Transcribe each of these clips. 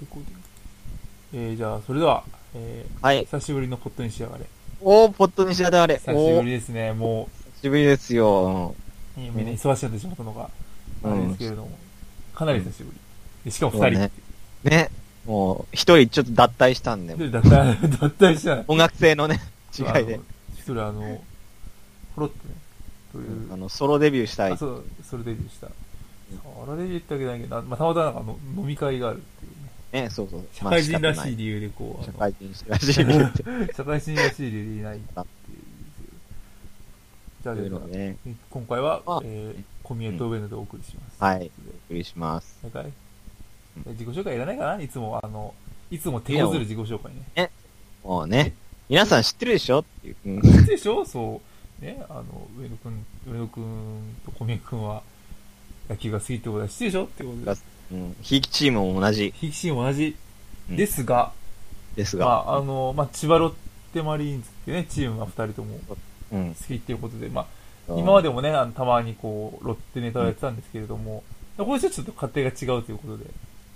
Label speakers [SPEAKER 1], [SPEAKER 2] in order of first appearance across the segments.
[SPEAKER 1] レコーディングえー、じゃあ、それでは、え
[SPEAKER 2] はい
[SPEAKER 1] ー、。久しぶりのコットンに仕上がれ。
[SPEAKER 2] おー、ポットにしやであれ。
[SPEAKER 1] 久し
[SPEAKER 2] お
[SPEAKER 1] ぶ
[SPEAKER 2] ー、
[SPEAKER 1] りですね。も
[SPEAKER 2] 久しぶりですよ。
[SPEAKER 1] う、みんな忙しくなってしまったのが、
[SPEAKER 2] うん
[SPEAKER 1] あれですけれども、かなり久しぶり。でしかも
[SPEAKER 2] そ
[SPEAKER 1] 二
[SPEAKER 2] う
[SPEAKER 1] 人
[SPEAKER 2] ね。ね。もう、一人ちょっと脱退したんで。
[SPEAKER 1] で、脱退、 脱退したら、
[SPEAKER 2] 音楽性 のね、違い
[SPEAKER 1] あ
[SPEAKER 2] で
[SPEAKER 1] の。。一人あの、ポロッとね、という
[SPEAKER 2] あ、の、ソロデビューしたい
[SPEAKER 1] あ、。そう、それデビューした。それデビューってわけじゃないけど、なまあ、たまたまなんかの飲み会があるっていうね。
[SPEAKER 2] ね、そうそう。
[SPEAKER 1] 社会人らしい
[SPEAKER 2] い。
[SPEAKER 1] 理由でこう、
[SPEAKER 2] 社
[SPEAKER 1] あの
[SPEAKER 2] 会人らしい理由って。
[SPEAKER 1] 社会人らしい理由でいないっていう。じゃあ、
[SPEAKER 2] そういうの ね。
[SPEAKER 1] 今回は
[SPEAKER 2] あ、
[SPEAKER 1] えー、小宮と上野でお送りします。
[SPEAKER 2] はい。
[SPEAKER 1] で
[SPEAKER 2] お送りします。
[SPEAKER 1] 了解
[SPEAKER 2] うん
[SPEAKER 1] 自己紹介いらないかないつも、あの、いつも手こずる自己紹介ね。
[SPEAKER 2] もうね。皆さん知ってるでしょっ ていう。うん
[SPEAKER 1] でしょそう。ね、あの、上野くん、上野くんと小宮くんは、野球が好きってことは知ってるでしょってことで
[SPEAKER 2] が
[SPEAKER 1] す。
[SPEAKER 2] うん。ひいきチームも同じ
[SPEAKER 1] ヒキシーンも同じ
[SPEAKER 2] うん
[SPEAKER 1] ですが、
[SPEAKER 2] です
[SPEAKER 1] ま
[SPEAKER 2] が。
[SPEAKER 1] あ、あの、まあ、千葉ロッテマリーンズってね、チームが二人とも好
[SPEAKER 2] うん。
[SPEAKER 1] きっていうことで、まあ、今までもね、あのたまにこう、ロッテネタをやってたんですけれども、これじゃちょっと勝手が違うということで、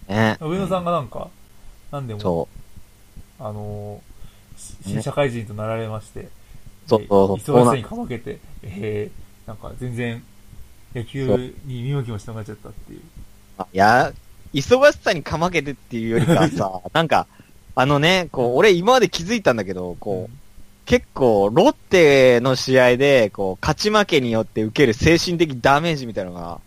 [SPEAKER 2] ね。
[SPEAKER 1] 上野さん
[SPEAKER 2] が。
[SPEAKER 1] がなんか、なんでも、
[SPEAKER 2] そう。
[SPEAKER 1] あのーし
[SPEAKER 2] ね
[SPEAKER 1] 新社会人となられまして、
[SPEAKER 2] そう
[SPEAKER 1] で
[SPEAKER 2] そうそう
[SPEAKER 1] 忙しさにかまけて、えー、なんか全然、野球に見向きもしなくなっちゃったっていう。
[SPEAKER 2] あいや、忙しさにかまけてっていうよりかは さ、なんか、あのね、こう、俺今まで気づいたんだけど、こう、結構、ロッテの試合で、こう、勝ち負けによって受ける精神的ダメージみたいなの
[SPEAKER 1] う
[SPEAKER 2] が、
[SPEAKER 1] ん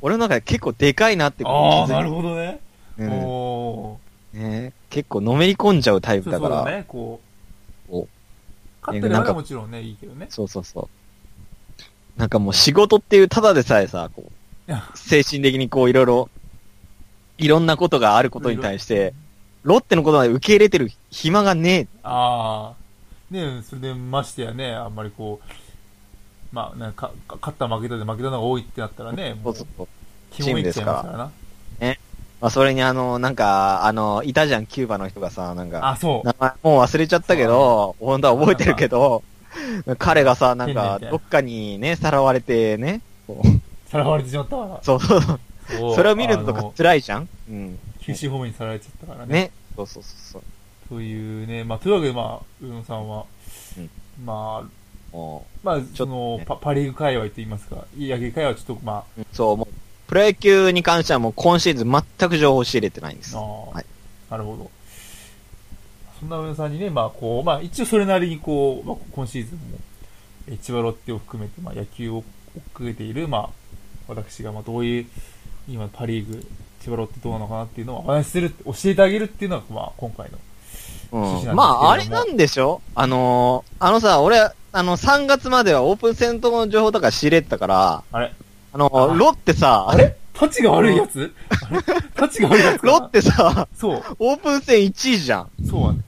[SPEAKER 2] 俺の中で結構でかいなって
[SPEAKER 1] うん
[SPEAKER 2] こ
[SPEAKER 1] あ
[SPEAKER 2] と
[SPEAKER 1] あ、なる
[SPEAKER 2] に気づい
[SPEAKER 1] ほどね。
[SPEAKER 2] うん
[SPEAKER 1] お
[SPEAKER 2] ね結構のめり込んじゃうタイ
[SPEAKER 1] ー
[SPEAKER 2] プ
[SPEAKER 1] そう
[SPEAKER 2] だか
[SPEAKER 1] そう
[SPEAKER 2] ら、
[SPEAKER 1] だね、こ
[SPEAKER 2] こ
[SPEAKER 1] う、勝ってるからもちろんね、いいけどね
[SPEAKER 2] う。そうそうそう。なんかもう仕事っていうただでさえさ、こ
[SPEAKER 1] いや
[SPEAKER 2] う、精神的にこういろいろ、いろんなことがあることに対して、ロッテのことまで受け入れてる暇がねえ。
[SPEAKER 1] ああ。ねそれで、ましてやね、あんまりこう、まあ、なんか、か勝った負けたで負けたのが多いってなったらね、
[SPEAKER 2] そ
[SPEAKER 1] も
[SPEAKER 2] う
[SPEAKER 1] う
[SPEAKER 2] そう、そう。
[SPEAKER 1] 気もいっちゃいますからな。
[SPEAKER 2] まあ、それにあの、なんか、あの、いたじゃん、キューバの人がさ、なんか、
[SPEAKER 1] あ、そう。
[SPEAKER 2] 名前もう忘れちゃったけど、本当は覚えてるけど、彼がさ、なんか
[SPEAKER 1] 変なやつ、や
[SPEAKER 2] どっかにね、さらわれてね、こ
[SPEAKER 1] さらわれてしまったから
[SPEAKER 2] う。そうそうそう。
[SPEAKER 1] そう
[SPEAKER 2] それを見るのと
[SPEAKER 1] あ
[SPEAKER 2] か
[SPEAKER 1] の
[SPEAKER 2] 辛いじゃんうん。
[SPEAKER 1] 九州方面にさられちゃったからね。
[SPEAKER 2] ね。そうそうそう
[SPEAKER 1] というね、まあ、というわけで、まあ、宇野さんは、
[SPEAKER 2] うん
[SPEAKER 1] まあ、
[SPEAKER 2] そう。も
[SPEAKER 1] まあ、
[SPEAKER 2] ちょ
[SPEAKER 1] そ
[SPEAKER 2] っと
[SPEAKER 1] の、
[SPEAKER 2] ね
[SPEAKER 1] パパリーグ界隈と言いますか、いい野球界隈はちょっと、ま
[SPEAKER 2] う、そう、もう、プロ野球に関してはもう今シーズン全く情報仕入れてないんです
[SPEAKER 1] あ、あ。ー
[SPEAKER 2] はい
[SPEAKER 1] なるほど。そんな宇野さんにね、まあ、こう、まあ、一応それなりに、こう、まあ、今シーズンも、え千葉ロッテを含めて、まあ、野球を追っかけている、まあ、私が、まあ、どういう、今、パリーグ、千葉ロッテどうなのかなっていうのをお話しする、教えてあげるっていうのが、まあ、今回の。趣旨なんですけれど
[SPEAKER 2] うん
[SPEAKER 1] も
[SPEAKER 2] まあ、あれなんでしょあのーあのさ、俺、あの、3月まではオープン戦との情報とか仕入れてたから、
[SPEAKER 1] あれ
[SPEAKER 2] あの
[SPEAKER 1] あ
[SPEAKER 2] ロッテさ、
[SPEAKER 1] あれタチが悪いやつあれタチが悪いやつかな
[SPEAKER 2] ロッテさ、
[SPEAKER 1] そう、
[SPEAKER 2] オープン戦1位じゃん。
[SPEAKER 1] そうなんです。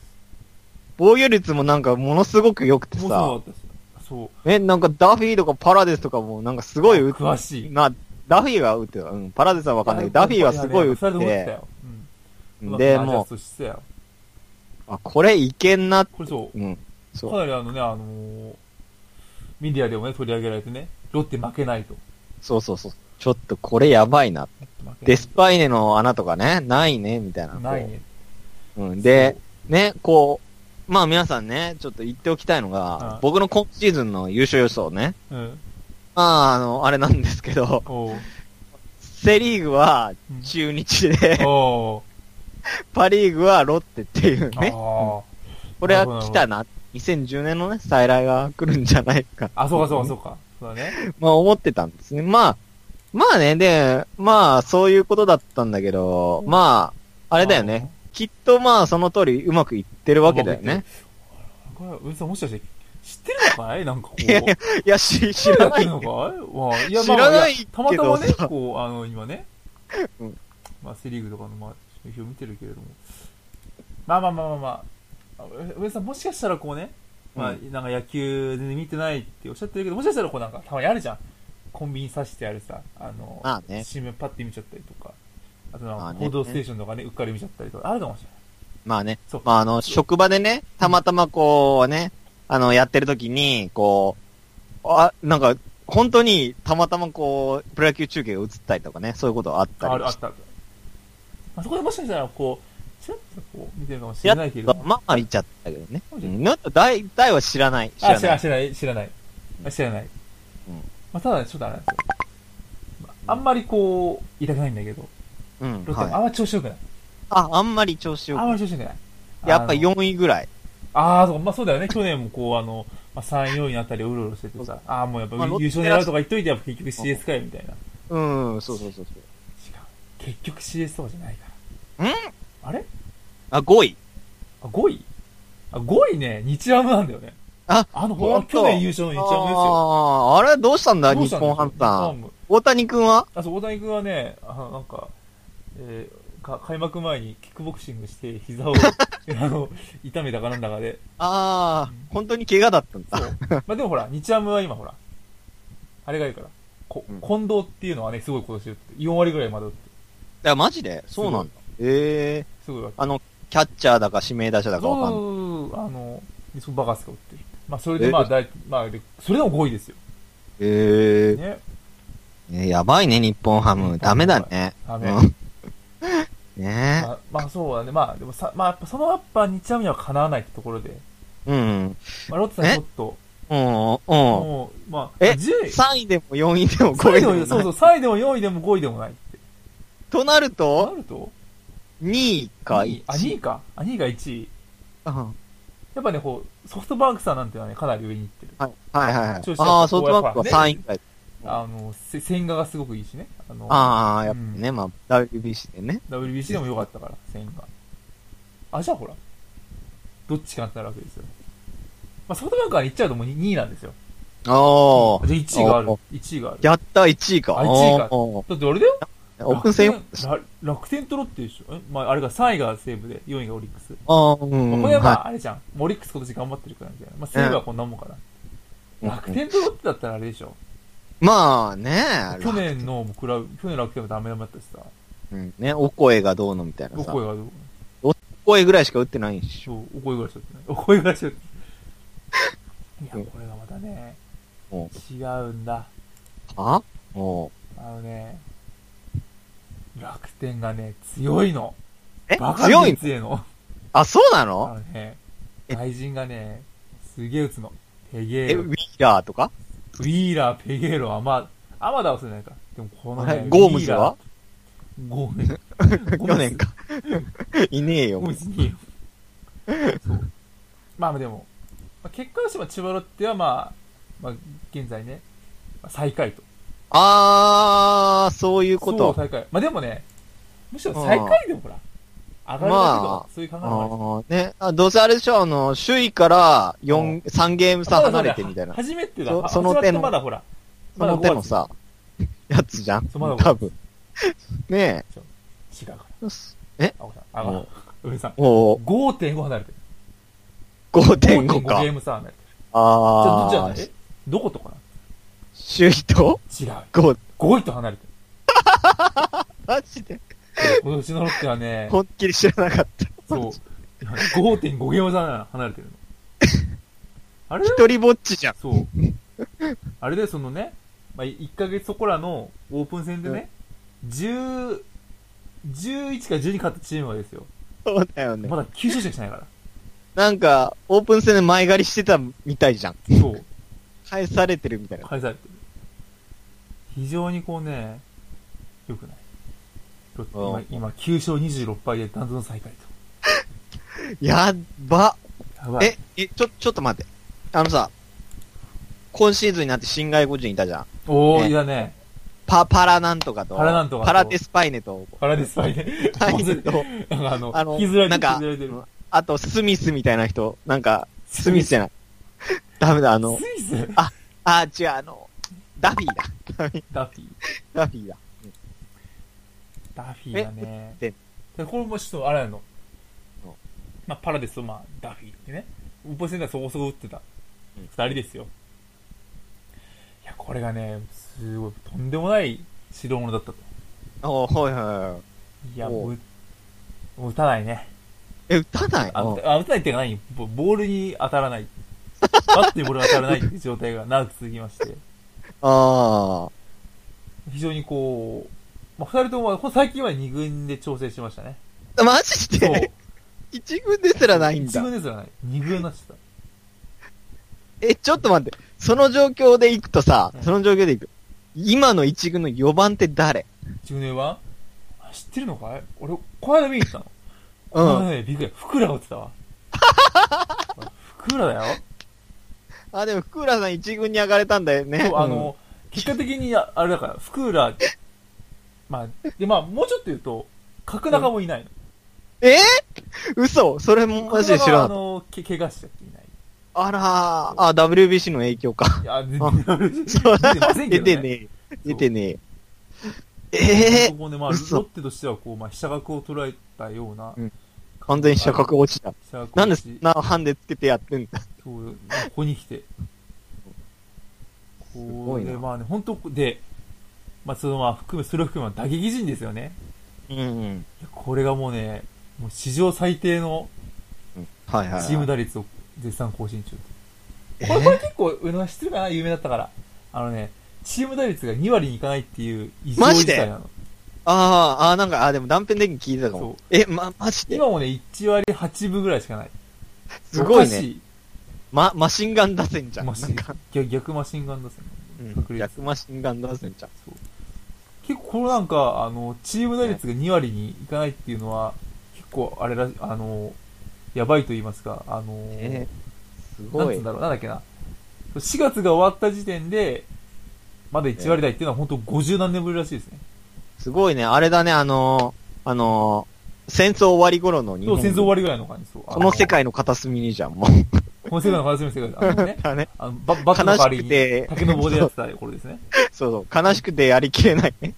[SPEAKER 2] 防御率もなんかものすごく良くて
[SPEAKER 1] もうそうだ
[SPEAKER 2] さ、
[SPEAKER 1] ったしそう。
[SPEAKER 2] え、なんかダフィーとかパラデスとかもなんかすごい打
[SPEAKER 1] 詳しい。
[SPEAKER 2] まあ、ダフィーは打ってた。うん、パラデスはわかんないけど、ダフィーはすごい打っ
[SPEAKER 1] 二人とも打ってた
[SPEAKER 2] て、
[SPEAKER 1] よ。うん。
[SPEAKER 2] で、も
[SPEAKER 1] うまくアジャストしてたよ。
[SPEAKER 2] う、あ、これいけんなって、
[SPEAKER 1] これそう
[SPEAKER 2] うん、
[SPEAKER 1] う、
[SPEAKER 2] そ
[SPEAKER 1] か
[SPEAKER 2] う、
[SPEAKER 1] なりあのね、あのーメディアでもね、取り上げられてね、ロッテ負けないと。
[SPEAKER 2] そうそうそう、ちょっとこれやばいな。
[SPEAKER 1] 負けな
[SPEAKER 2] デ
[SPEAKER 1] い
[SPEAKER 2] スパイネの穴とかね、ないね、みたいな。
[SPEAKER 1] ないね。
[SPEAKER 2] うん、で、ね、こう、まあ皆さんね、ちょっと言っておきたいのが、
[SPEAKER 1] うん
[SPEAKER 2] 僕の今シーズンの優勝予想ね。
[SPEAKER 1] そう。うん。
[SPEAKER 2] まあ、あの、あれなんですけど、
[SPEAKER 1] おう。
[SPEAKER 2] セリーグは
[SPEAKER 1] うん
[SPEAKER 2] 中日で、
[SPEAKER 1] おう。
[SPEAKER 2] パリーグはロッテっていうね。
[SPEAKER 1] あ
[SPEAKER 2] これは来たな。2010年のね、再来が来るんじゃないか。
[SPEAKER 1] あ。あ、そうかそうかそうか。そうだね。
[SPEAKER 2] まあ思ってたんですね。まあ、まあね、で、まあそういうことだったんだけど、まあ、あれだよね。きっとまあその通りうまくいってるわけだよね。
[SPEAKER 1] これ、うんさんもしかして、知ってるのかいなんかこう。
[SPEAKER 2] いやいや、いや、し知
[SPEAKER 1] 知
[SPEAKER 2] ら
[SPEAKER 1] ら
[SPEAKER 2] な
[SPEAKER 1] ないい
[SPEAKER 2] け
[SPEAKER 1] の
[SPEAKER 2] ど
[SPEAKER 1] かまあ、いや、
[SPEAKER 2] 知
[SPEAKER 1] まあ
[SPEAKER 2] らない
[SPEAKER 1] や
[SPEAKER 2] けど
[SPEAKER 1] たまたまね、
[SPEAKER 2] さ
[SPEAKER 1] こう、あの、今ね
[SPEAKER 2] うん、
[SPEAKER 1] まあ、セリーグとかの、まあ、表見てるけれども、まあまあまあまあまああ、上田さん、もしかしたらこうね、まあ、
[SPEAKER 2] う
[SPEAKER 1] なんか野球全然見てないっておっしゃってるけど、もしかしたらこうなんか、たまにあるじゃん。コンビニ刺してあるさ、あの、
[SPEAKER 2] まあね
[SPEAKER 1] 新聞パッて見ちゃったりとか、あとなん
[SPEAKER 2] まあ
[SPEAKER 1] か、
[SPEAKER 2] ね
[SPEAKER 1] 報道ステーションとかね、うっかり見ちゃったりとか、あるかもしれない。
[SPEAKER 2] まあね。
[SPEAKER 1] そう。
[SPEAKER 2] まああの、職場でね、たまたまこうね、あの、やってる時に、こう、あ、なんか、本当にたまたまこう、プロ野球中継が映ったりとかね、そういうことあった
[SPEAKER 1] あ
[SPEAKER 2] り
[SPEAKER 1] る、あっ。
[SPEAKER 2] した
[SPEAKER 1] あそこでもしかしたら、こう、ちらっとこう見てるかもしれないけれども。
[SPEAKER 2] まあまあ言っちゃったけどね。うん。なんか大、大は知らない。知
[SPEAKER 1] あ、
[SPEAKER 2] ら
[SPEAKER 1] 知ら
[SPEAKER 2] な
[SPEAKER 1] ない、
[SPEAKER 2] い。
[SPEAKER 1] 知らない、知らない。あ知らない。
[SPEAKER 2] うん
[SPEAKER 1] まあ、ただ、ちょっとあれなんですよ。まああんまりこう、言いたくないんだけど、
[SPEAKER 2] うん。
[SPEAKER 1] ロッテもあん
[SPEAKER 2] はい。
[SPEAKER 1] まり調子良くない。
[SPEAKER 2] あ、あんまり調子よく
[SPEAKER 1] あんま
[SPEAKER 2] な
[SPEAKER 1] り
[SPEAKER 2] い
[SPEAKER 1] 調子良くない。
[SPEAKER 2] やっぱ
[SPEAKER 1] あの
[SPEAKER 2] 4位ぐらい。
[SPEAKER 1] ああ、そう、まあそうだよね。去年もこう、あの、まあ、3、4位にあたりをうろうろしててさ、ああ、もうやっぱ
[SPEAKER 2] まあロッテ
[SPEAKER 1] 優勝狙うとか言っといて、やっぱ結局 CS かよ、みたいな。違う。
[SPEAKER 2] うん、そうそうそうそう。
[SPEAKER 1] 結局 CS とかじゃないから。
[SPEAKER 2] ん
[SPEAKER 1] あれ
[SPEAKER 2] あ、5位。
[SPEAKER 1] あ、5位あ、5位ね、日ハムなんだよね。
[SPEAKER 2] あ、
[SPEAKER 1] あの、ほ
[SPEAKER 2] ほ
[SPEAKER 1] ら、
[SPEAKER 2] んと
[SPEAKER 1] 去年優勝の日ハムですよ。
[SPEAKER 2] あーあれどうしたんだ
[SPEAKER 1] どう
[SPEAKER 2] 日
[SPEAKER 1] したん
[SPEAKER 2] 本ハムさん。
[SPEAKER 1] ム。
[SPEAKER 2] 大谷くんは
[SPEAKER 1] あ、そう、大谷君はね、あの、なんか、えーか、開幕前にキックボクシングして、 膝を、あの、痛めたかなんだかで。
[SPEAKER 2] ああ
[SPEAKER 1] うん、
[SPEAKER 2] 本当に怪我だったん
[SPEAKER 1] そ
[SPEAKER 2] だ。
[SPEAKER 1] う。まあでもほら、日ハムは今ほら、あれがいるから。こ
[SPEAKER 2] うん
[SPEAKER 1] 近藤っていうのはね、すごい今年打って、4割ぐらいまで打って、
[SPEAKER 2] いや、マジでそうなんだ。ええ
[SPEAKER 1] すごいわけ。
[SPEAKER 2] あの、キャッチャーだか指名打者だか
[SPEAKER 1] そう
[SPEAKER 2] わかんない。
[SPEAKER 1] あの、そうバカスが打ってる。まあそれでまあ、
[SPEAKER 2] え
[SPEAKER 1] だいまあ、でそれでも5位ですよ。
[SPEAKER 2] え
[SPEAKER 1] ね。
[SPEAKER 2] えねやばいね、日本ハム。ダメだね。
[SPEAKER 1] ダメ
[SPEAKER 2] うん ね
[SPEAKER 1] まあ、まあそうだね。まあ、でもさ、まあやっぱそのやっぱ日ハムにはかなわないってところで、
[SPEAKER 2] え。うん。
[SPEAKER 1] まあロッテさん
[SPEAKER 2] え
[SPEAKER 1] ちょっと、
[SPEAKER 2] うん、うん。
[SPEAKER 1] もう、まあ、
[SPEAKER 2] え
[SPEAKER 1] 10位。
[SPEAKER 2] 3位でも4位でも
[SPEAKER 1] 3位
[SPEAKER 2] 5位
[SPEAKER 1] で
[SPEAKER 2] で
[SPEAKER 1] も
[SPEAKER 2] も
[SPEAKER 1] そう
[SPEAKER 2] ない
[SPEAKER 1] そう、3位でも4位でも5位でもないって。
[SPEAKER 2] となる
[SPEAKER 1] な
[SPEAKER 2] と、
[SPEAKER 1] ると
[SPEAKER 2] 2位か
[SPEAKER 1] 二位あ、2位か。あ、2位が1位。
[SPEAKER 2] うん
[SPEAKER 1] やっぱね、こう、ソフトバンクさんなんてのはね、かなり上に行ってる。
[SPEAKER 2] はいはいはいはい
[SPEAKER 1] 調子。だ
[SPEAKER 2] ああ、ソフトバンクは
[SPEAKER 1] ね
[SPEAKER 2] 3位ぐらい。
[SPEAKER 1] あの、せ千賀がすごくいいしね。あの、
[SPEAKER 2] ああ、やっぱね、まあ、WBC でね。
[SPEAKER 1] WBC でも良かったから、千賀。あ、じゃあほら、どっちかってなるわけですよ。まあ、ソフトバンクは行っちゃうともう2位なんですよ。
[SPEAKER 2] ああ。
[SPEAKER 1] じゃあ1位がある
[SPEAKER 2] お。
[SPEAKER 1] 1位がある。
[SPEAKER 2] やった、1位か。
[SPEAKER 1] あ1位か
[SPEAKER 2] おー
[SPEAKER 1] だってあれだよ
[SPEAKER 2] オープン戦
[SPEAKER 1] 楽天ら楽天とロッテでしょえまあ、あれが3位が西武で、4位がオリックス。
[SPEAKER 2] ああ、うんう
[SPEAKER 1] こ
[SPEAKER 2] ん。
[SPEAKER 1] こでま
[SPEAKER 2] は
[SPEAKER 1] あ、あれじゃん。オリックス今年頑張ってるからみたいな。まあ、西武はこんなもんかな。
[SPEAKER 2] い
[SPEAKER 1] 楽天とロッテだったらあれでしょ。
[SPEAKER 2] まあね。
[SPEAKER 1] 去年のも比べ、去年楽天もダメダメだったしさ。
[SPEAKER 2] うんね、お声がどうのみたいな
[SPEAKER 1] お
[SPEAKER 2] さ。
[SPEAKER 1] 声がどう
[SPEAKER 2] お声ぐらいしか打ってないんでしょ。
[SPEAKER 1] そうお声ぐらいしちゃってない。お声ぐらいしちゃってない。
[SPEAKER 2] う
[SPEAKER 1] い
[SPEAKER 2] ん
[SPEAKER 1] や、これがまたね、
[SPEAKER 2] うん
[SPEAKER 1] 違うんだ。
[SPEAKER 2] はおう
[SPEAKER 1] あのね、楽天がね、強いの。
[SPEAKER 2] え
[SPEAKER 1] バカ
[SPEAKER 2] 強い
[SPEAKER 1] に
[SPEAKER 2] の
[SPEAKER 1] 強いの。
[SPEAKER 2] あ、そうな
[SPEAKER 1] あ
[SPEAKER 2] の
[SPEAKER 1] のね、
[SPEAKER 2] え
[SPEAKER 1] 外人がね、すげえ打つの。ペゲ
[SPEAKER 2] え、
[SPEAKER 1] ー
[SPEAKER 2] ウ
[SPEAKER 1] ロ。ウ
[SPEAKER 2] ィーラーとか
[SPEAKER 1] ィーラー、ペゲーロ、アマ、アマダはすれないか。でもこの
[SPEAKER 2] あ
[SPEAKER 1] ね
[SPEAKER 2] れ、ゴームズは
[SPEAKER 1] ウィーラーゴームズ。 ゴームズ
[SPEAKER 2] 去年か。 いねえよ。
[SPEAKER 1] もう別にそう。まあでも、まあ、結果としては千葉ロッテはまあ、まあ、現在ね、まあ最下位と。
[SPEAKER 2] あー、そういうこ
[SPEAKER 1] そう
[SPEAKER 2] と。
[SPEAKER 1] 最下位。まあでもね、むしろ最下位でもほら、上がるだけと
[SPEAKER 2] ま
[SPEAKER 1] か、そういう考え
[SPEAKER 2] あ
[SPEAKER 1] もあるし。
[SPEAKER 2] ーね、あどうせあれでしょ、あの、首位から
[SPEAKER 1] うん
[SPEAKER 2] 4、3ゲーム
[SPEAKER 1] ま
[SPEAKER 2] 差
[SPEAKER 1] だ
[SPEAKER 2] 離
[SPEAKER 1] まだ
[SPEAKER 2] れてみたいな。
[SPEAKER 1] 初めてだ。
[SPEAKER 2] そ
[SPEAKER 1] は
[SPEAKER 2] その
[SPEAKER 1] 始ま
[SPEAKER 2] 手の
[SPEAKER 1] ってまだほら、
[SPEAKER 2] そ
[SPEAKER 1] まだ
[SPEAKER 2] の手の
[SPEAKER 1] 5
[SPEAKER 2] さ、やつじゃん。
[SPEAKER 1] そうまだ
[SPEAKER 2] 多分。ね
[SPEAKER 1] 月。違うから。
[SPEAKER 2] え。
[SPEAKER 1] 青木さん、上がる。上さん。
[SPEAKER 2] おー
[SPEAKER 1] 5.5離れてる。
[SPEAKER 2] 5.5か
[SPEAKER 1] ゲ。ーム差離れてる。じゃあ、じゃ
[SPEAKER 2] あ
[SPEAKER 1] あ、
[SPEAKER 2] ー
[SPEAKER 1] え、どことかな
[SPEAKER 2] 首位と
[SPEAKER 1] 違う。
[SPEAKER 2] 5。
[SPEAKER 1] 5位と離れてる。
[SPEAKER 2] マジで
[SPEAKER 1] 今年のロッテはね、
[SPEAKER 2] 本気で知らなかった。
[SPEAKER 1] そう。5.5ゲーム差離れてるの。あれだよ
[SPEAKER 2] 一人ぼっちじゃん。
[SPEAKER 1] そう。あれで、そのね、まあ、1ヶ月そこらのオープン戦でね、10、11か12勝ったチームはですよ。
[SPEAKER 2] そうだよね
[SPEAKER 1] ま。だ9勝しかしないから。
[SPEAKER 2] なんか、オープン戦で前借りしてたみたいじゃん。
[SPEAKER 1] そう。
[SPEAKER 2] 返されてるみたいな。
[SPEAKER 1] 返されてる。非常にこうね、良くない。ロッテ
[SPEAKER 2] うん
[SPEAKER 1] 今、今9勝26敗で断トツ最下位
[SPEAKER 2] やっば。
[SPEAKER 1] と。やばい。
[SPEAKER 2] え、え、ちょ、ちょっと待って。あのさ、今シーズンになって新外国人いたじゃん。
[SPEAKER 1] おー、
[SPEAKER 2] え
[SPEAKER 1] いやね、
[SPEAKER 2] パ、パラなんとかと。
[SPEAKER 1] パラなんとかと
[SPEAKER 2] パラデスパイネと。
[SPEAKER 1] パラデスパイで。
[SPEAKER 2] パイネと。
[SPEAKER 1] あの、
[SPEAKER 2] あの
[SPEAKER 1] 引きずられて
[SPEAKER 2] な
[SPEAKER 1] る、
[SPEAKER 2] んか
[SPEAKER 1] 引きずられてる。
[SPEAKER 2] あと、スミスみたいな人。なんか、スミスじゃない。ダメだ、あの、
[SPEAKER 1] スイス
[SPEAKER 2] あ、違う、あの、ダフィーだ。ダフィー、
[SPEAKER 1] ダッフィー。
[SPEAKER 2] ダフィーだ。
[SPEAKER 1] ダッフィーがね。
[SPEAKER 2] え
[SPEAKER 1] で、これもちょっとあれなの
[SPEAKER 2] うん。
[SPEAKER 1] まあ、パラデスと、まあ、ダッフィーってね。ウポセンターそこそこ打ってた。
[SPEAKER 2] うん
[SPEAKER 1] 二人ですよ。いや、これがね、すごい、とんでもない指導者だったと。
[SPEAKER 2] おーはいはいはい。
[SPEAKER 1] いや、
[SPEAKER 2] おう
[SPEAKER 1] もう、もう打たないね。
[SPEAKER 2] え、打たない
[SPEAKER 1] あ、
[SPEAKER 2] うん
[SPEAKER 1] あ打たないっていうか何ボボールに当たらない。バットにボールが当たらないっていう状態が長く続きまして、
[SPEAKER 2] あ
[SPEAKER 1] 非常にこう、まあ、二人とも、ほん最近は二軍で調整してましたね。
[SPEAKER 2] マジ
[SPEAKER 1] そう。
[SPEAKER 2] で一軍ですら ないん
[SPEAKER 1] 一
[SPEAKER 2] だ
[SPEAKER 1] 軍。ですらない。二軍になってた。
[SPEAKER 2] え、ちょっと待って。その状況で行くとさ
[SPEAKER 1] う、ん
[SPEAKER 2] その状況で行く。今の一軍の4番って誰
[SPEAKER 1] 一軍の4番あ知ってるのかい俺、この間見に行ったの。
[SPEAKER 2] う
[SPEAKER 1] この
[SPEAKER 2] ん。
[SPEAKER 1] 間ね、びっくり。ふくら打ってたわ。 ふくらだよ。
[SPEAKER 2] あ、でも、福浦さん一軍に上がれたんだよね。
[SPEAKER 1] そうあの、結果的に、ああれだから、フクーラー、まあ、で、まあ、もうちょっと言うと、角中もいないの。
[SPEAKER 2] うん、えー嘘それもマジで
[SPEAKER 1] 角
[SPEAKER 2] 知
[SPEAKER 1] 中は
[SPEAKER 2] ら
[SPEAKER 1] あ
[SPEAKER 2] ん。
[SPEAKER 1] の、け、怪我しちゃっていない。
[SPEAKER 2] あらー。あ、WBC の影響か。
[SPEAKER 1] いや、全
[SPEAKER 2] あ
[SPEAKER 1] 然、
[SPEAKER 2] そ う
[SPEAKER 1] 出てませんけ
[SPEAKER 2] 出
[SPEAKER 1] ど
[SPEAKER 2] て
[SPEAKER 1] ね。
[SPEAKER 2] ねえ。出てねえ。え
[SPEAKER 1] そ
[SPEAKER 2] ー
[SPEAKER 1] こで、まあ、ロ
[SPEAKER 2] 嘘
[SPEAKER 1] ッテとしては、こう、まあ、飛車角を捉えたような
[SPEAKER 2] う。ん完全に射角落ちた。
[SPEAKER 1] 飛車角を
[SPEAKER 2] なんでそんなハンデつけてやってんだ
[SPEAKER 1] そう、まあここに来て。こう
[SPEAKER 2] ごいな
[SPEAKER 1] で、まあね、本当で、まあ、その、まあ、含め、それを含め、打撃陣ですよね。
[SPEAKER 2] うんうん。
[SPEAKER 1] いやこれがもうね、もう史上最低の
[SPEAKER 2] はいはいはい。
[SPEAKER 1] チーム打率を絶賛更新中。
[SPEAKER 2] え
[SPEAKER 1] これこれ
[SPEAKER 2] ー
[SPEAKER 1] 結構、上野は知ってるかな有名だったから。あのね、チーム打率が2割にいかないっていう異常
[SPEAKER 2] マ
[SPEAKER 1] 事
[SPEAKER 2] ジで
[SPEAKER 1] 態なの。
[SPEAKER 2] あー、あー、なんか、あー、でも断片的に聞いてた
[SPEAKER 1] そ
[SPEAKER 2] か
[SPEAKER 1] う
[SPEAKER 2] も。え、ま、マジで
[SPEAKER 1] 今もね、1割8分ぐらいしかない。
[SPEAKER 2] すごい
[SPEAKER 1] おかし
[SPEAKER 2] ね。ま、マシンガン打線じゃん。
[SPEAKER 1] マ
[SPEAKER 2] な
[SPEAKER 1] シン
[SPEAKER 2] んか。
[SPEAKER 1] 逆逆マシンガン打線。
[SPEAKER 2] う
[SPEAKER 1] 確
[SPEAKER 2] ん。
[SPEAKER 1] 率
[SPEAKER 2] 逆マシンガン打線じゃん。
[SPEAKER 1] そう結構このなんか、あの、チーム打率が2割にいかないっていうのは、結構あれら、あの、やばいと言いますか、あの、
[SPEAKER 2] えー、す
[SPEAKER 1] なん
[SPEAKER 2] ご
[SPEAKER 1] つう
[SPEAKER 2] い
[SPEAKER 1] ん。だろう、なんだっけな。4月が終わった時点で、まだ1割台っていうのは本当50何年ぶりらしいですね。
[SPEAKER 2] すごいね。あれだね、あのー、あのー、戦争終わり頃の日
[SPEAKER 1] そう
[SPEAKER 2] 本。
[SPEAKER 1] 戦争終わりぐらいの感じ。そう。
[SPEAKER 2] この世
[SPEAKER 1] あ
[SPEAKER 2] 界の片隅にじゃん、もう。
[SPEAKER 1] の。この世界の悲しみ世界だ。あのね
[SPEAKER 2] 。だね。
[SPEAKER 1] あの、ババットの代わり
[SPEAKER 2] 悲しく
[SPEAKER 1] に
[SPEAKER 2] て、
[SPEAKER 1] 竹の棒でやってた頃ですね。
[SPEAKER 2] そうそう。悲しくてやりきれない。
[SPEAKER 1] い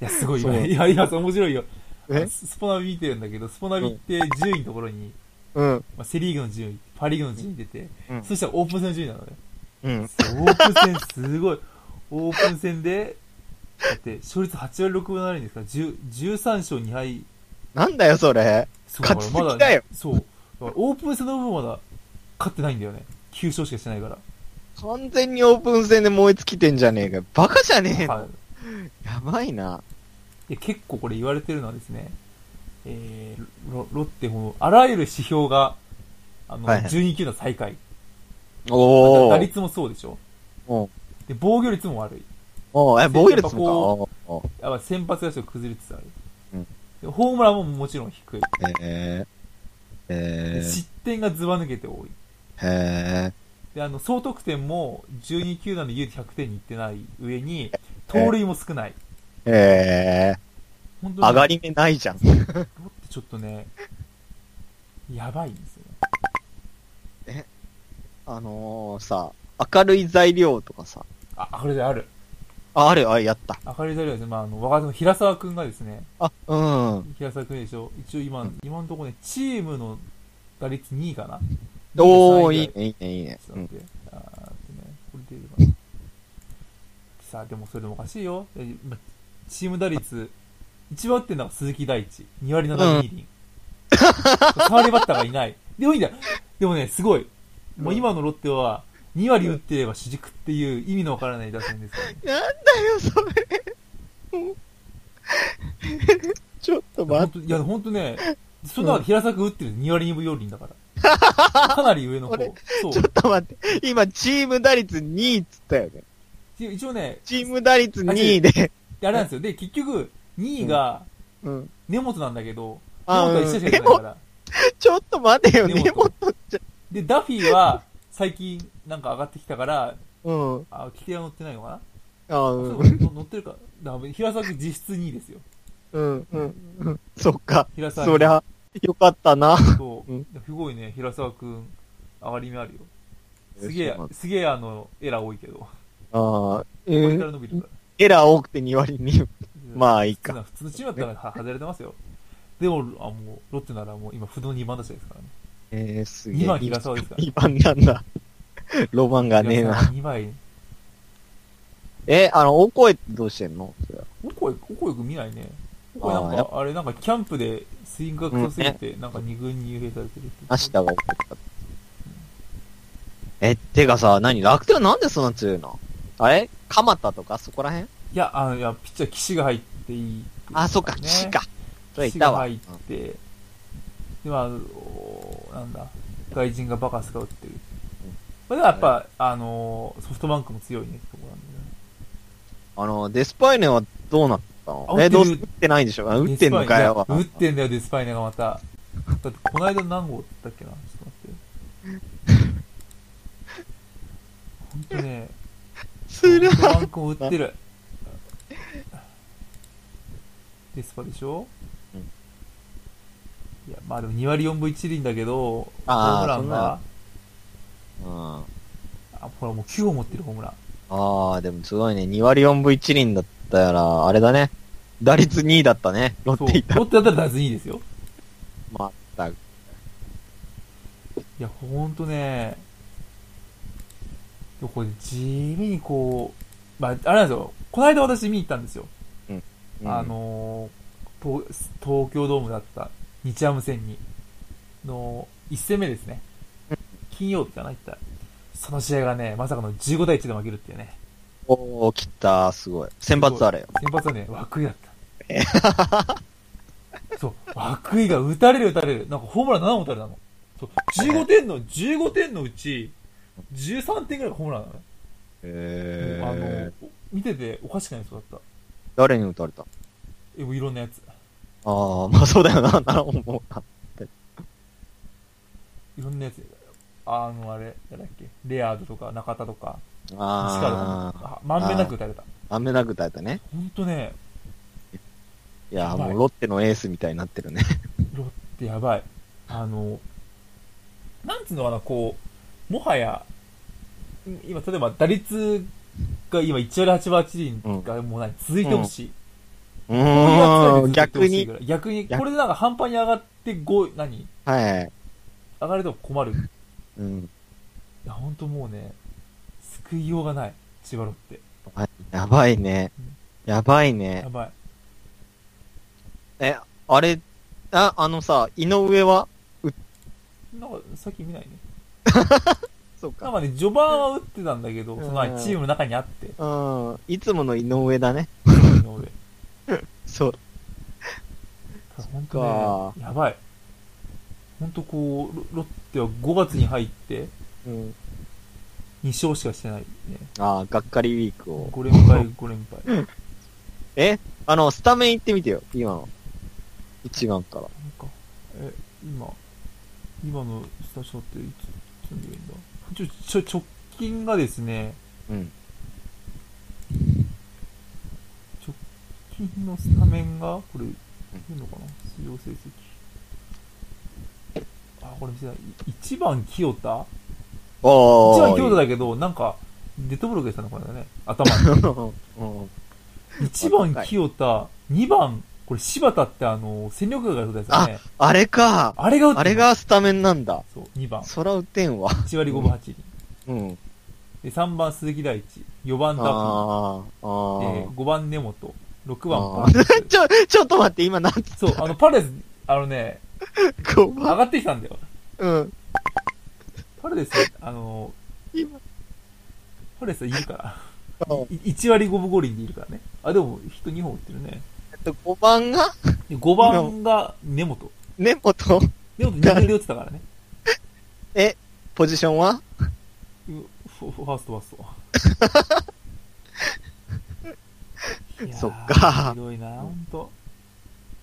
[SPEAKER 1] や、すごい。
[SPEAKER 2] そう
[SPEAKER 1] いや、いや、面白いよ。
[SPEAKER 2] え
[SPEAKER 1] スポナビ見てるんだけど、スポナビって10位のところに、
[SPEAKER 2] うん。
[SPEAKER 1] まあ、セリーグの順位、パリーグの順位出て、
[SPEAKER 2] うん
[SPEAKER 1] そしたらオープン戦の順位なのね。
[SPEAKER 2] うん。
[SPEAKER 1] オープン戦すごい。オープン戦で、だって、勝率8割6分7厘ですから、10 13勝2敗。
[SPEAKER 2] なんだよ、それ。
[SPEAKER 1] そう
[SPEAKER 2] 勝ちすぎだよ。
[SPEAKER 1] そう。だからオープン戦の部分まだ勝ってないんだよね。9勝しかしてないから。
[SPEAKER 2] 完全にオープン戦で燃え尽きてんじゃねえか。バカじゃねえの。
[SPEAKER 1] はい
[SPEAKER 2] やばいな。
[SPEAKER 1] で結構これ言われてるのはですね、えー、ロロッテも、あらゆる指標が、あの、
[SPEAKER 2] はいはい
[SPEAKER 1] 12球団最下位。
[SPEAKER 2] お
[SPEAKER 1] 打
[SPEAKER 2] ー。
[SPEAKER 1] 率もそうでしょ。
[SPEAKER 2] おう
[SPEAKER 1] で、防御率も悪い。
[SPEAKER 2] おうえ、防御率も
[SPEAKER 1] こ
[SPEAKER 2] か。おうおう
[SPEAKER 1] やっぱ先発打者崩れつつある。
[SPEAKER 2] うん
[SPEAKER 1] でホームランももちろん低い。
[SPEAKER 2] えー。え
[SPEAKER 1] で
[SPEAKER 2] ー。
[SPEAKER 1] 失点がずば抜けて多い。
[SPEAKER 2] へ
[SPEAKER 1] で、あの、総得点も12球団で唯一100点にいってない上に、盗塁も少ない。
[SPEAKER 2] え。へえ。
[SPEAKER 1] 本当に
[SPEAKER 2] 上がり目ないじゃん。
[SPEAKER 1] ロッテちょっとね、やばいんですよね。
[SPEAKER 2] あのー、さ、明るい材料とかさ。
[SPEAKER 1] あ、これである。
[SPEAKER 2] あ、ある、あ、やった。
[SPEAKER 1] 明るい材料ですね。まあ、あの、若手の平沢くんがですね、
[SPEAKER 2] あ、うん。
[SPEAKER 1] 平沢くんでしょ。一応今、今のところね、チームの打率2位かな。
[SPEAKER 2] おー、い
[SPEAKER 1] 2
[SPEAKER 2] いね、いいね、いいね
[SPEAKER 1] ち。ょっ
[SPEAKER 2] う
[SPEAKER 1] と
[SPEAKER 2] ん。
[SPEAKER 1] 待って、あーっとね、これ出るかな。さあ、でもそれでもおかしいよ。えまチーム打率、1割ってのは鈴木大地。2割7分2厘。3割バッターがいない。でもいいんだよ。でもね、すごい。もう今のロッテは、2割打ってれば主軸っていう意味のわからない打線ですよね。
[SPEAKER 2] なんだよ、それ。ちょっと
[SPEAKER 1] 本
[SPEAKER 2] 待
[SPEAKER 1] 当いや、ほんとね、そんな中平作打ってる2割2分4厘だから。かなり上の方
[SPEAKER 2] これ。
[SPEAKER 1] そう
[SPEAKER 2] って、ちょっと待って。今、チーム打率2位っつったよね。
[SPEAKER 1] 一応一応ね、
[SPEAKER 2] チーム打率2位で。
[SPEAKER 1] あれなんですよ。で、結局、2位が
[SPEAKER 2] うん。
[SPEAKER 1] 根本なんだけど、根
[SPEAKER 2] あ
[SPEAKER 1] 本
[SPEAKER 2] ー
[SPEAKER 1] は一社しかいないから。
[SPEAKER 2] ちょっと待てよ、
[SPEAKER 1] 根
[SPEAKER 2] 根
[SPEAKER 1] 本
[SPEAKER 2] 本ちゃ
[SPEAKER 1] で、ダフィーは、最近、なんか上がってきたから、
[SPEAKER 2] うん。
[SPEAKER 1] あ、規定は乗ってないのかな、
[SPEAKER 2] あ
[SPEAKER 1] そうう
[SPEAKER 2] うん。
[SPEAKER 1] の乗ってるか。だから平沢君実質2位ですよ。
[SPEAKER 2] うん。うん。うん そっか。
[SPEAKER 1] 平沢
[SPEAKER 2] そりゃ、よかったな。。
[SPEAKER 1] そううんすごいね、平沢君、上がり目あるよ。すげえ、すげえあの、エラー多いけど。こ
[SPEAKER 2] ああ、え
[SPEAKER 1] れから
[SPEAKER 2] ー、
[SPEAKER 1] 伸びるから。
[SPEAKER 2] エラー多くて2割2分。まあいい
[SPEAKER 1] 普通
[SPEAKER 2] か。
[SPEAKER 1] な普通のチームだったらは外れてますよ。でも、あ、もう、ロッテならもう今、不動2番打者ですからね。
[SPEAKER 2] えー、すげえ。
[SPEAKER 1] 2番平沢ですから。
[SPEAKER 2] 2番なんだ。ロマンがねえな。
[SPEAKER 1] 2枚。
[SPEAKER 2] え、あの、大声ってどうしてんのそれは
[SPEAKER 1] おこえ、おこえくん見ないね。おこえ
[SPEAKER 2] あー
[SPEAKER 1] な
[SPEAKER 2] や
[SPEAKER 1] ん
[SPEAKER 2] っ
[SPEAKER 1] か、あれなんかキャンプでスイングが強すぎて、なんか2軍に幽閉されてるって。
[SPEAKER 2] 明日が起こった。え、てかさ、何楽天はなんでそんな強いのあれ蒲田とかそこら
[SPEAKER 1] い
[SPEAKER 2] 辺
[SPEAKER 1] や、あの、いや、ピッチャー、騎手が入っていいっていうのがね、
[SPEAKER 2] あ、そっか、騎士か。それい
[SPEAKER 1] 騎士
[SPEAKER 2] た
[SPEAKER 1] が
[SPEAKER 2] わ。う
[SPEAKER 1] 入
[SPEAKER 2] ん
[SPEAKER 1] って、で、まあ、おなんだ、外人がバカスカ打ってる。まあ、でもやっぱ、あのー、ソフトバンクも強いねってとこなんだよね。
[SPEAKER 2] あの、デスパイネはどうなったの
[SPEAKER 1] あ打
[SPEAKER 2] え、
[SPEAKER 1] ってる
[SPEAKER 2] どうせ打ってないんでしょあ打ってんのか
[SPEAKER 1] デ
[SPEAKER 2] よ
[SPEAKER 1] ス。パイネいや打ってんだよ、デスパイネがまた。だって、この間何号打ったっけなちょっと 待って。ほんとね、
[SPEAKER 2] つら
[SPEAKER 1] ソフトバンクも打ってる。デスパでしょ、
[SPEAKER 2] うん
[SPEAKER 1] いや、まあでも2割4分1厘だけど、ホ
[SPEAKER 2] あー
[SPEAKER 1] ームランが、
[SPEAKER 2] うん。あ
[SPEAKER 1] あ、ほらもう9本持ってるホームラン。
[SPEAKER 2] あ、でもすごいね。2割4分1厘だったら、あれだね。打率2位だったね。ロ
[SPEAKER 1] そ
[SPEAKER 2] ッ
[SPEAKER 1] う。
[SPEAKER 2] テいた。
[SPEAKER 1] ロッテだったら打率いいですよ。
[SPEAKER 2] まったく。
[SPEAKER 1] いや、ほんとね、でもこれ地味にこう、まあ、あれなんですよ。この間私見に行ったんですよ。
[SPEAKER 2] うん
[SPEAKER 1] あ、のー東、東京ドームだった日ハム戦に、の1戦目ですね。金曜日かな、いった。その試合がね、まさかの15対1で負けるっていうね。
[SPEAKER 2] おー、来た、すごい。先発あれよ。
[SPEAKER 1] 先発はね、涌井だ った。そう、涌井が打たれる打たれる。なんかホームラン7本打たれたの。そう、15点の、15点のうち、13点ぐらいがホームランなのね。
[SPEAKER 2] えー、
[SPEAKER 1] あの、見てておかしくない人だった。
[SPEAKER 2] 誰に打たれた
[SPEAKER 1] え、もういろんなやつ。
[SPEAKER 2] ああ、まあそうだよな、 な思うな。
[SPEAKER 1] いろんなやつ。あの、あれ、誰だっけ。レアードとか、中田とか、西川と
[SPEAKER 2] ああ、
[SPEAKER 1] か、まんべんなく打たれた。
[SPEAKER 2] 雨なく打たれたね。
[SPEAKER 1] ほんとね、
[SPEAKER 2] いや
[SPEAKER 1] や
[SPEAKER 2] ー、
[SPEAKER 1] ばい
[SPEAKER 2] もうロッテのエースみたいになっ てるね。
[SPEAKER 1] ロッテやばい。あの、なんつうのかな、こう、もはや、ん今、例えば打率が今1割8分8厘がもうない、続いてほしい。
[SPEAKER 2] う
[SPEAKER 1] こういう扱いで
[SPEAKER 2] ーん、
[SPEAKER 1] 続いてほし
[SPEAKER 2] 逆
[SPEAKER 1] い
[SPEAKER 2] に
[SPEAKER 1] ぐ。らい。逆に、
[SPEAKER 2] 逆
[SPEAKER 1] これでなんか半端に上がって5、何
[SPEAKER 2] はい。
[SPEAKER 1] 上がれても困る。い
[SPEAKER 2] うん。
[SPEAKER 1] や、ほんともうね、救いようがない、千葉ロッテ。
[SPEAKER 2] やばいね。やばいね
[SPEAKER 1] や。ばい。
[SPEAKER 2] え、あれ、あ、あのさ、井上は
[SPEAKER 1] なんか、さっき見ないね。
[SPEAKER 2] そう
[SPEAKER 1] なん。かね、序盤は打ってたんだけど、
[SPEAKER 2] うん
[SPEAKER 1] その前にチームの中にあ って、
[SPEAKER 2] うん。いつもの井上だね。
[SPEAKER 1] 井上。
[SPEAKER 2] そう。
[SPEAKER 1] 本当ね、やばい。本当こう、ロロッテは5月に入って、
[SPEAKER 2] うん。
[SPEAKER 1] 2勝しかしてない、ね。
[SPEAKER 2] ああ、がっかりウィークを。
[SPEAKER 1] 5連 敗、5連敗。なんか、
[SPEAKER 2] えあの、スタメン行ってみてよ。今の。一番から。
[SPEAKER 1] え、今、今のスタジオっていつ、いつんでいいんだちょ、ちょ、直近がですね、
[SPEAKER 2] うん。
[SPEAKER 1] 直近のスタメンが、これ、いるのかな出場成績。あ、これ見せない。1番清田
[SPEAKER 2] お
[SPEAKER 1] 一
[SPEAKER 2] ー。
[SPEAKER 1] 番京都だけど、なんか、デッドブロックでしたね、これね。頭に。
[SPEAKER 2] うん。
[SPEAKER 1] 一番清田、二番、これ柴田ってあの、戦力外が打ったやつだね。
[SPEAKER 2] あれか。
[SPEAKER 1] あれが打ってんの
[SPEAKER 2] あれ。がスタメンなんだ。
[SPEAKER 1] そう、二番。
[SPEAKER 2] そら打てんわ。
[SPEAKER 1] 1割5分8厘。
[SPEAKER 2] うん。
[SPEAKER 1] で、三番鈴木大地。四番ダ
[SPEAKER 2] ああ、
[SPEAKER 1] フ
[SPEAKER 2] あ
[SPEAKER 1] ィー。で、
[SPEAKER 2] あ。
[SPEAKER 1] 五番根本。六番
[SPEAKER 2] あ
[SPEAKER 1] パレ
[SPEAKER 2] ー
[SPEAKER 1] ス。
[SPEAKER 2] ちょ、ちょっと待って、今なんつ
[SPEAKER 1] そう、あの、パレス、あのね、
[SPEAKER 2] こう、
[SPEAKER 1] 上がってきたんだよ。
[SPEAKER 2] うん。
[SPEAKER 1] パレス、あの、
[SPEAKER 2] 今、
[SPEAKER 1] パレスはいるから。
[SPEAKER 2] え
[SPEAKER 1] い一割五分五厘でいるからね。あ、でも、人二本打ってるね。
[SPEAKER 2] っと、5番が、
[SPEAKER 1] で、五番が根本。
[SPEAKER 2] 根本、
[SPEAKER 1] 根本2軍で打ってたからね。
[SPEAKER 2] え、ポジションは
[SPEAKER 1] フフファーストファーストいやー
[SPEAKER 2] そっか
[SPEAKER 1] ひどいな本当。